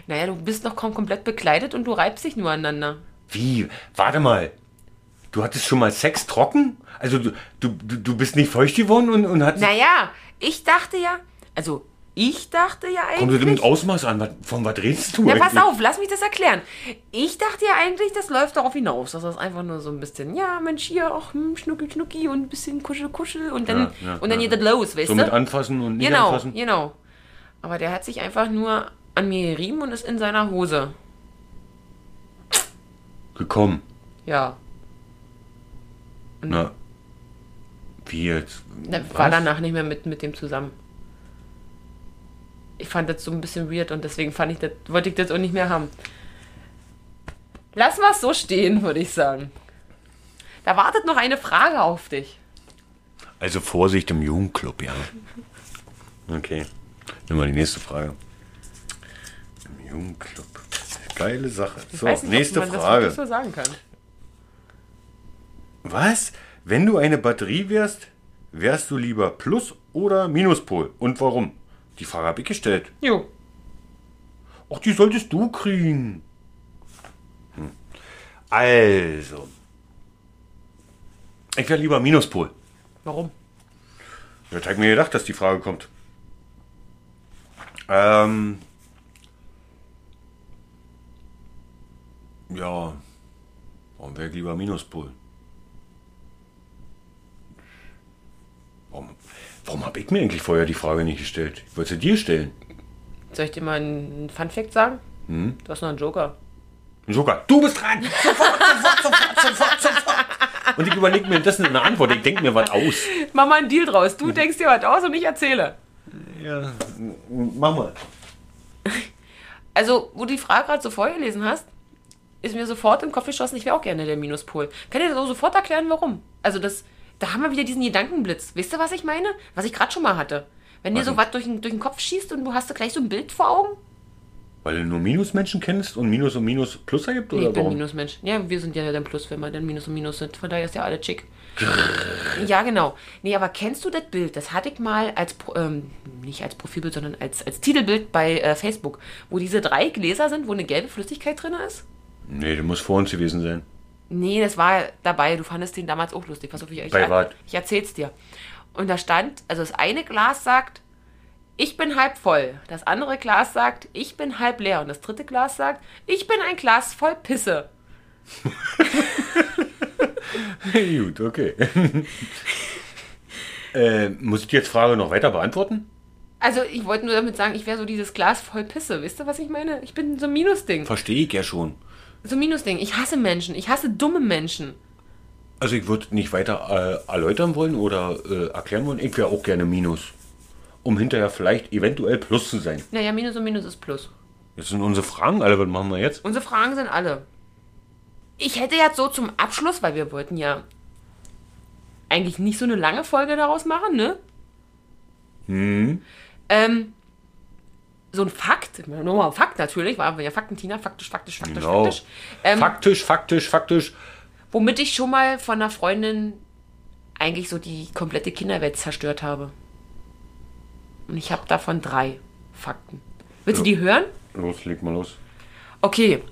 Speaker 2: Naja, du bist noch kaum komplett bekleidet und du reibst dich nur aneinander.
Speaker 1: Wie? Warte mal. Du hattest schon mal Sex trocken? Also du, du, du du bist nicht feucht geworden und, und hattest...
Speaker 2: Naja, ich dachte ja, also ich dachte ja eigentlich.
Speaker 1: Kommt dir mit Ausmaß an? Was- Von was redest du
Speaker 2: Na,
Speaker 1: eigentlich?
Speaker 2: pass auf, lass mich das erklären. Ich dachte ja eigentlich, das läuft darauf hinaus, dass das einfach nur so ein bisschen, ja, Mensch, hier, ach, hm, schnucki, schnucki und ein bisschen kuschel, kuschel und dann,
Speaker 1: Ja, ja,
Speaker 2: und dann
Speaker 1: ja.
Speaker 2: geht das los, weißt
Speaker 1: So mit
Speaker 2: du?
Speaker 1: anfassen und nicht
Speaker 2: Genau,
Speaker 1: anfassen?
Speaker 2: genau. Aber der hat sich einfach nur an mir gerieben und ist in seiner Hose.
Speaker 1: Gekommen.
Speaker 2: Ja.
Speaker 1: Na. Wie jetzt?
Speaker 2: Na,
Speaker 1: Was?
Speaker 2: war danach nicht mehr mit, mit dem zusammen. Ich fand das so ein bisschen weird und deswegen fand ich das, wollte ich das auch nicht mehr haben. Lass mal so stehen, würde ich sagen. Da wartet noch eine Frage auf dich.
Speaker 1: Also Vorsicht im Jugendclub, ja. Okay. Nimm mal die nächste Frage. Im Jugendclub. Geile Sache. So,
Speaker 2: Weiß nicht, ob
Speaker 1: nächste
Speaker 2: man das
Speaker 1: Frage.
Speaker 2: wirklich so sagen kann.
Speaker 1: Was? Wenn du eine Batterie wärst, wärst du lieber Plus- oder Minuspol? Und warum? Die Frage habe ich gestellt.
Speaker 2: Jo.
Speaker 1: Ach, die solltest du kriegen. Hm. Also. Ich wäre lieber Minuspol.
Speaker 2: Warum?
Speaker 1: Ja, Da hab ich mir gedacht, dass die Frage kommt. Ähm. Ja. Warum wäre ich lieber Minuspol? Warum, warum habe ich mir eigentlich vorher die Frage nicht gestellt? Ich wollte sie dir stellen.
Speaker 2: Soll ich dir mal einen Funfact sagen?
Speaker 1: Hm?
Speaker 2: Du hast noch einen Joker.
Speaker 1: Sogar, du bist dran! Sofort, sofort, sofort, sofort, sofort! Und ich überlege mir das eine Antwort. Ich denke mir was aus.
Speaker 2: Mach mal einen Deal draus.
Speaker 1: Hm.
Speaker 2: Du denkst dir was aus und ich erzähle.
Speaker 1: Ja, mach mal.
Speaker 2: Also, wo du die Frage gerade so vorgelesen hast, ist mir sofort im Kopf geschossen, ich wäre auch gerne der Minuspol. Kann dir das auch sofort erklären, warum? Also, das, da haben wir wieder diesen Gedankenblitz. Weißt du, was ich meine? Was ich gerade schon mal hatte. Wenn dir
Speaker 1: Was
Speaker 2: so
Speaker 1: denn?
Speaker 2: was durch, den- durch den Kopf schießt und du hast da gleich so ein Bild vor Augen.
Speaker 1: Weil du nur Minusmenschen kennst und Minus und Minus Plus ergibt?
Speaker 2: Nee,
Speaker 1: oder
Speaker 2: ich bin
Speaker 1: warum?
Speaker 2: Minusmensch. Ja, wir sind ja dann Plus, wenn wir dann Minus und Minus sind. Von daher ist ja alle schick. ja, genau. Nee, aber kennst du das Bild? Das hatte ich mal als, Pro- ähm, nicht als Profilbild, sondern als, als Titelbild bei äh, Facebook, wo diese drei Gläser sind, wo eine gelbe Flüssigkeit drin ist.
Speaker 1: Nee, du musst vor uns gewesen sein.
Speaker 2: Nee, das war dabei. Du fandest den damals auch lustig. Pass auf, ich, ich,
Speaker 1: Bei wat?
Speaker 2: ich erzähl's dir. Und da stand, also das eine Glas sagt, ich bin halb voll. Das andere Glas sagt, ich bin halb leer. Und das dritte Glas sagt, ich bin ein Glas voll Pisse.
Speaker 1: Gut, okay. äh, muss ich die jetzt Frage noch weiter beantworten?
Speaker 2: Also ich wollte nur damit sagen, ich wäre so dieses Glas voll Pisse. Wisst ihr, was ich meine? Ich bin so ein Minusding.
Speaker 1: Verstehe ich ja schon.
Speaker 2: So ein Minusding. Ich hasse Menschen. Ich hasse dumme Menschen.
Speaker 1: Also ich würde nicht weiter äh, erläutern wollen oder äh, erklären wollen. Ich wäre auch gerne Minus. Um hinterher vielleicht eventuell Plus zu sein.
Speaker 2: Naja, Minus und Minus ist Plus.
Speaker 1: Jetzt sind unsere Fragen alle. Was machen wir jetzt?
Speaker 2: Unsere Fragen sind alle. Ich hätte jetzt so zum Abschluss, weil wir wollten ja eigentlich nicht so eine lange Folge daraus machen, ne? Hm. Ähm, so ein Fakt, nur mal ein Fakt natürlich, war ja Faktentina, faktisch, faktisch, faktisch,
Speaker 1: Genau.
Speaker 2: faktisch. Ähm,
Speaker 1: faktisch, faktisch, faktisch.
Speaker 2: Womit ich schon mal von einer Freundin eigentlich so die komplette Kinderwelt zerstört habe. Und ich habe davon drei Fakten. Willst du die hören?
Speaker 1: Los, leg mal los.
Speaker 2: Okay.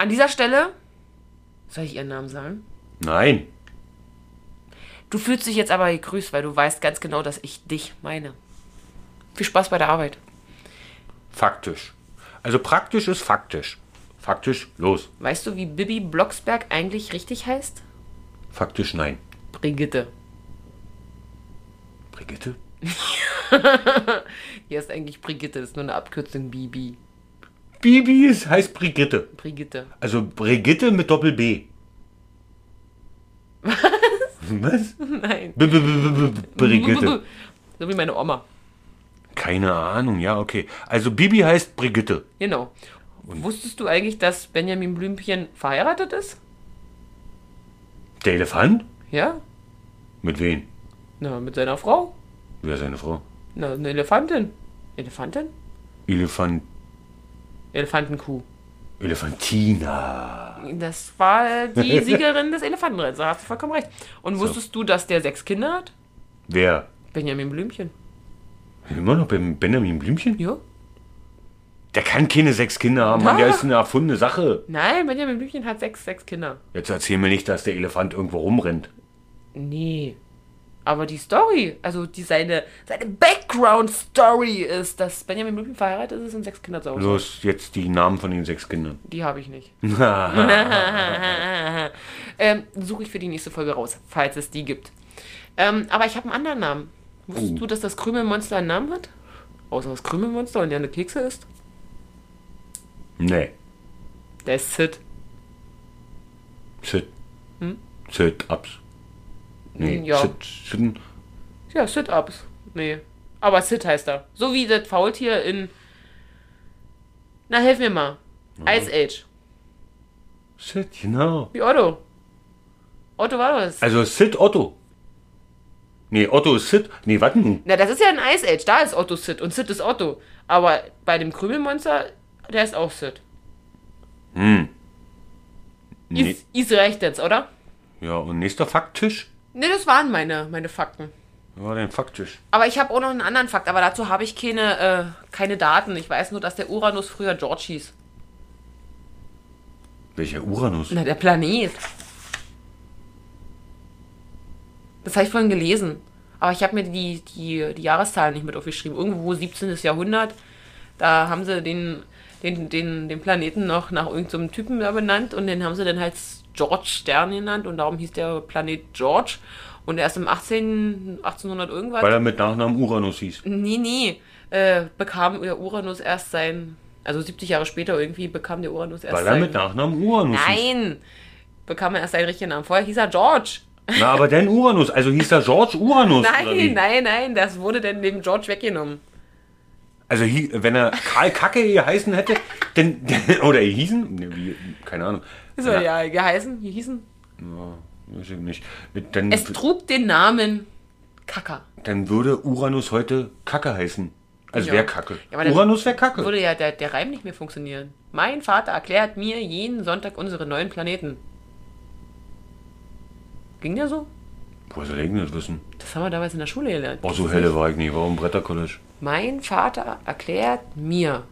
Speaker 2: An dieser Stelle. Soll ich ihren Namen sagen?
Speaker 1: Nein.
Speaker 2: Du fühlst dich jetzt aber gegrüßt, weil du weißt ganz genau, dass ich dich meine. Viel Spaß bei der Arbeit.
Speaker 1: Faktisch. Also praktisch ist faktisch. Faktisch, los.
Speaker 2: Weißt du, wie Bibi Blocksberg eigentlich richtig heißt?
Speaker 1: Faktisch, nein.
Speaker 2: Brigitte.
Speaker 1: Brigitte?
Speaker 2: Hier ist eigentlich Brigitte, das ist nur eine Abkürzung Bibi.
Speaker 1: Bibi ist, heißt Brigitte.
Speaker 2: Brigitte.
Speaker 1: Also Brigitte mit Doppel-B. Was? Was?
Speaker 2: Nein.
Speaker 1: B -b -b -b -b Brigitte.
Speaker 2: So wie meine Oma.
Speaker 1: Keine Ahnung, ja, okay. Also Bibi heißt Brigitte.
Speaker 2: Genau. Wusstest du eigentlich, dass Benjamin Blümchen verheiratet ist?
Speaker 1: Der Elefant?
Speaker 2: Ja?
Speaker 1: Mit wem?
Speaker 2: Na, mit seiner Frau.
Speaker 1: Wer ist seine Frau?
Speaker 2: Na, eine Elefantin. Elefantin?
Speaker 1: Elefant.
Speaker 2: Elefantenkuh.
Speaker 1: Elefantina.
Speaker 2: Das war die Siegerin des Elefantenrenns, da hast du vollkommen recht. Und wusstest du, dass der sechs Kinder hat?
Speaker 1: Wer?
Speaker 2: Benjamin Blümchen.
Speaker 1: Immer noch beim Benjamin Blümchen?
Speaker 2: Jo?
Speaker 1: Der kann keine sechs Kinder haben, Mann. Der ist eine erfundene Sache.
Speaker 2: Nein, Benjamin Blümchen hat sechs, sechs Kinder.
Speaker 1: Jetzt erzähl mir nicht, dass der Elefant irgendwo rumrennt.
Speaker 2: Nee. Aber die Story, also die seine, seine Background-Story ist, dass Benjamin Blümchen verheiratet ist und sechs Kinder zu Hause. hat.
Speaker 1: Los, jetzt die Namen von den sechs Kindern.
Speaker 2: Die habe ich nicht. ähm, Suche ich für die nächste Folge raus, falls es die gibt. Ähm, aber ich habe einen anderen Namen. Wusstest du, dass das Krümelmonster einen Namen hat? Außer das Krümelmonster und der eine Kekse ist?
Speaker 1: Nee.
Speaker 2: Der ist Sid.
Speaker 1: Sit. Sit ups. Nee,
Speaker 2: Ja.
Speaker 1: sit, sitten.
Speaker 2: Ja, Sid-Ups. Nee. Aber Sid heißt er. So wie das Faultier in. Na, helf mir mal. Ice Age.
Speaker 1: Sit, genau.
Speaker 2: Wie Otto. Otto war das.
Speaker 1: Also Sit Otto. Nee, Otto ist Sit. Nee, warte nun.
Speaker 2: Na, das ist ja ein Ice Age. Da ist Otto Sid und Sid ist Otto. Aber bei dem Krümelmonster, der ist auch Sid.
Speaker 1: Nee.
Speaker 2: Is, is reicht jetzt, oder?
Speaker 1: Ja, und nächster Fakttisch?
Speaker 2: Ne, das waren meine, meine Fakten.
Speaker 1: Ja, dein Fakttisch.
Speaker 2: Aber ich habe auch noch einen anderen Fakt, aber dazu habe ich keine, äh, keine Daten. Ich weiß nur, dass der Uranus früher George hieß.
Speaker 1: Welcher Uranus?
Speaker 2: Na, der Planet. Das habe ich vorhin gelesen. Aber ich habe mir die, die, die Jahreszahlen nicht mit aufgeschrieben. Irgendwo 17. Jahrhundert, da haben sie den, den, den, den Planeten noch nach irgendeinem Typen da benannt und den haben sie dann halt George Stern genannt und darum hieß der Planet George. Und erst im 18, 1800 irgendwas.
Speaker 1: Weil er mit Nachnamen Uranus hieß.
Speaker 2: Nee, nee. Äh, bekam der Uranus erst sein. Also 70 Jahre später irgendwie bekam der Uranus erst
Speaker 1: Weil er
Speaker 2: sein.
Speaker 1: mit Nachnamen Uranus hieß.
Speaker 2: Nein! Bekam er erst seinen richtigen Namen. Vorher hieß er George.
Speaker 1: Na, aber denn Uranus. Also hieß er George Uranus. oder wie?
Speaker 2: Nein, nein, nein, das wurde dann dem George weggenommen.
Speaker 1: Also hie- wenn er Karl Kacke geheißen hätte, denn, oder hießen, ne, wie, keine Ahnung.
Speaker 2: So,
Speaker 1: Na,
Speaker 2: ja, geheißen, wie hießen?
Speaker 1: Weiß ich nicht. Dann,
Speaker 2: Es trug den Namen Kaka.
Speaker 1: dann würde Uranus heute Kacke heißen. Also
Speaker 2: Ja.
Speaker 1: wäre Kacke.
Speaker 2: Ja, aber dann
Speaker 1: Uranus wäre Kacke.
Speaker 2: Würde ja der, der Reim nicht mehr funktionieren. Mein Vater erklärt mir jeden Sonntag unsere neuen Planeten. Ging der so?
Speaker 1: Woher soll ich denn das wissen?
Speaker 2: Das haben wir damals in der Schule gelernt.
Speaker 1: Boah, so helle war ich nicht. Warum Brettercollege?
Speaker 2: Mein Vater erklärt mir.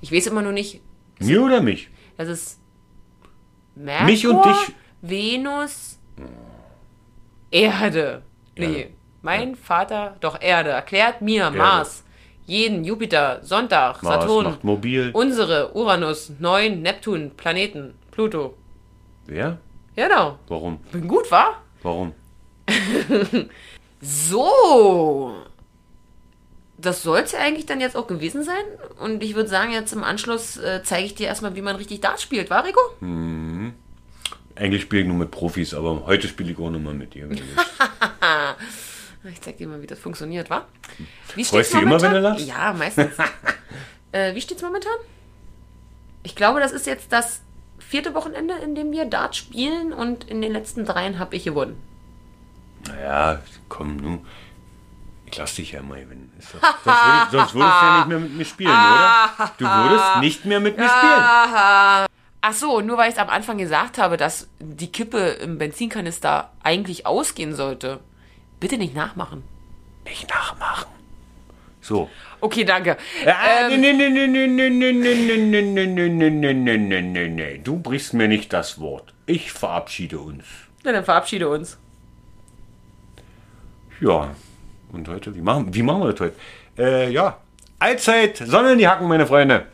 Speaker 2: Ich weiß immer nur nicht,
Speaker 1: Mir oder mich?
Speaker 2: Das ist Merkur,
Speaker 1: Mich und dich.
Speaker 2: Venus, Erde. Nee,
Speaker 1: Erde.
Speaker 2: mein Vater, doch Erde, erklärt mir Mars, jeden, Jupiter, Sonntag,
Speaker 1: Mars
Speaker 2: Saturn,
Speaker 1: macht mobil.
Speaker 2: unsere, Uranus, Neun, Neptun, Planeten, Pluto.
Speaker 1: Wer?
Speaker 2: Genau,
Speaker 1: Warum?
Speaker 2: bin gut, wa?
Speaker 1: Warum?
Speaker 2: So. Das sollte eigentlich dann jetzt auch gewesen sein. Und ich würde sagen, jetzt im Anschluss äh, zeige ich dir erstmal, wie man richtig Dart spielt, war Rico?
Speaker 1: Eigentlich spiele ich nur mit Profis, aber heute spiele ich auch nochmal mit dir. wenn du willst.
Speaker 2: Ich zeig dir mal, wie das funktioniert, wa? Wie
Speaker 1: Hm. Freust du dich immer, wenn du lachst?
Speaker 2: Ja, meistens. äh, wie steht's momentan? Ich glaube, das ist jetzt das vierte Wochenende, in dem wir Dart spielen und in den letzten dreien habe ich gewonnen.
Speaker 1: naja, komm, nun. Ich lasse dich ja immer gewinnen. Ist doch- Sonst, würd, sonst würdest du ja nicht mehr mit mir spielen, oder? Du würdest nicht mehr mit mir spielen.
Speaker 2: Ach so, nur weil ich es am Anfang gesagt habe, dass die Kippe im Benzinkanister eigentlich ausgehen sollte. Bitte nicht nachmachen.
Speaker 1: Nicht nachmachen. So.
Speaker 2: Okay, danke.
Speaker 1: Ah, nee, nee, nee, nee, nee, nee, nee, nee, nee, nee, nee, nee, nee, nee, nee, nee, nee. Du brichst mir nicht das Wort. Ich verabschiede uns.
Speaker 2: Na, dann verabschiede uns.
Speaker 1: Ja. Und heute, wie machen, wie machen wir das heute? Äh, ja. Allzeit, Sonne in die Hacken, meine Freunde.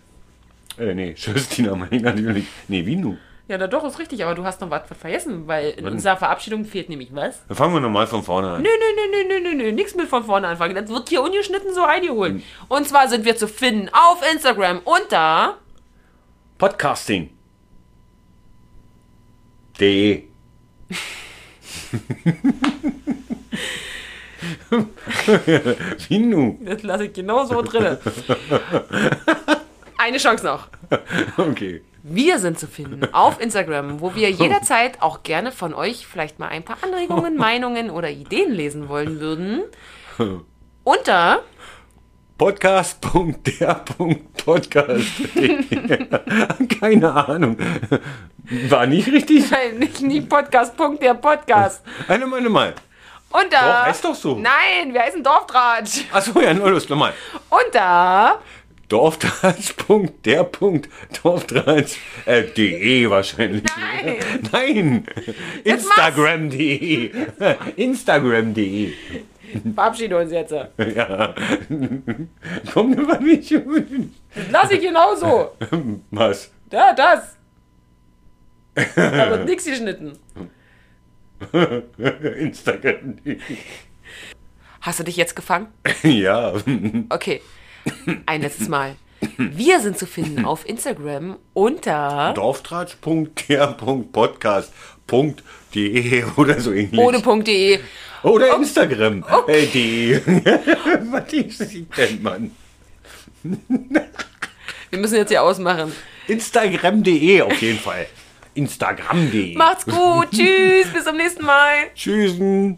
Speaker 1: Äh, nee, tschüss, Tina, mein natürlich. Nee, wie nun?
Speaker 2: Ja, na doch, ist richtig, aber du hast noch was vergessen, weil in unserer Verabschiedung fehlt nämlich was.
Speaker 1: Dann fangen wir nochmal von vorne an.
Speaker 2: Nö, nö, nö, nö, nö, nö, nö, nix mit von vorne anfangen. Das wird hier ungeschnitten so
Speaker 1: Mhm.
Speaker 2: reingeholt. Und zwar sind wir zu finden auf Instagram unter...
Speaker 1: Podcasting. De. Wie nun?
Speaker 2: Das lasse ich genau so drin. Eine Chance noch.
Speaker 1: Okay.
Speaker 2: Wir sind zu finden auf Instagram, wo wir
Speaker 1: Oh.
Speaker 2: jederzeit auch gerne von euch vielleicht mal ein paar Anregungen, Meinungen oder Ideen lesen wollen würden. Unter
Speaker 1: Podcast.der.podcast. Keine Ahnung. War nicht richtig?
Speaker 2: nein, nicht, nicht Podcast, Punkt, der Podcast.
Speaker 1: Eine Mal, eine Mal.
Speaker 2: Unter
Speaker 1: Doch, heißt doch so.
Speaker 2: Nein, wir heißen Dorftratsch.
Speaker 1: Achso, ja, nur los, nochmal.
Speaker 2: Unter
Speaker 1: Dorftratsch.der.dorftratsch. Äh, de wahrscheinlich.
Speaker 2: Nein,
Speaker 1: Nein! E.
Speaker 2: Jetzt
Speaker 1: Instagram.de! Instagram.de! Hm.
Speaker 2: verabschiede uns jetzt. Das
Speaker 1: Ja. Kommt immer nicht.
Speaker 2: lasse ich genauso.
Speaker 1: Was?
Speaker 2: Da, das. Da wird nichts geschnitten.
Speaker 1: Instagram.de.
Speaker 2: Hast du dich jetzt gefangen?
Speaker 1: E. Ja.
Speaker 2: Okay. Ein letztes Mal. Wir sind zu finden auf Instagram unter
Speaker 1: Dorftratsch.der.podcast.de E oder so ähnlich.
Speaker 2: Oh, ohne.de.
Speaker 1: Oder Instagram. Äh, die. Was ist die denn, Mann?
Speaker 2: Wir müssen jetzt hier ausmachen.
Speaker 1: Instagram.de E auf jeden Fall. E. Instagram.de.
Speaker 2: Macht's gut. Tschüss. Bis zum nächsten Mal.
Speaker 1: Tschüssen.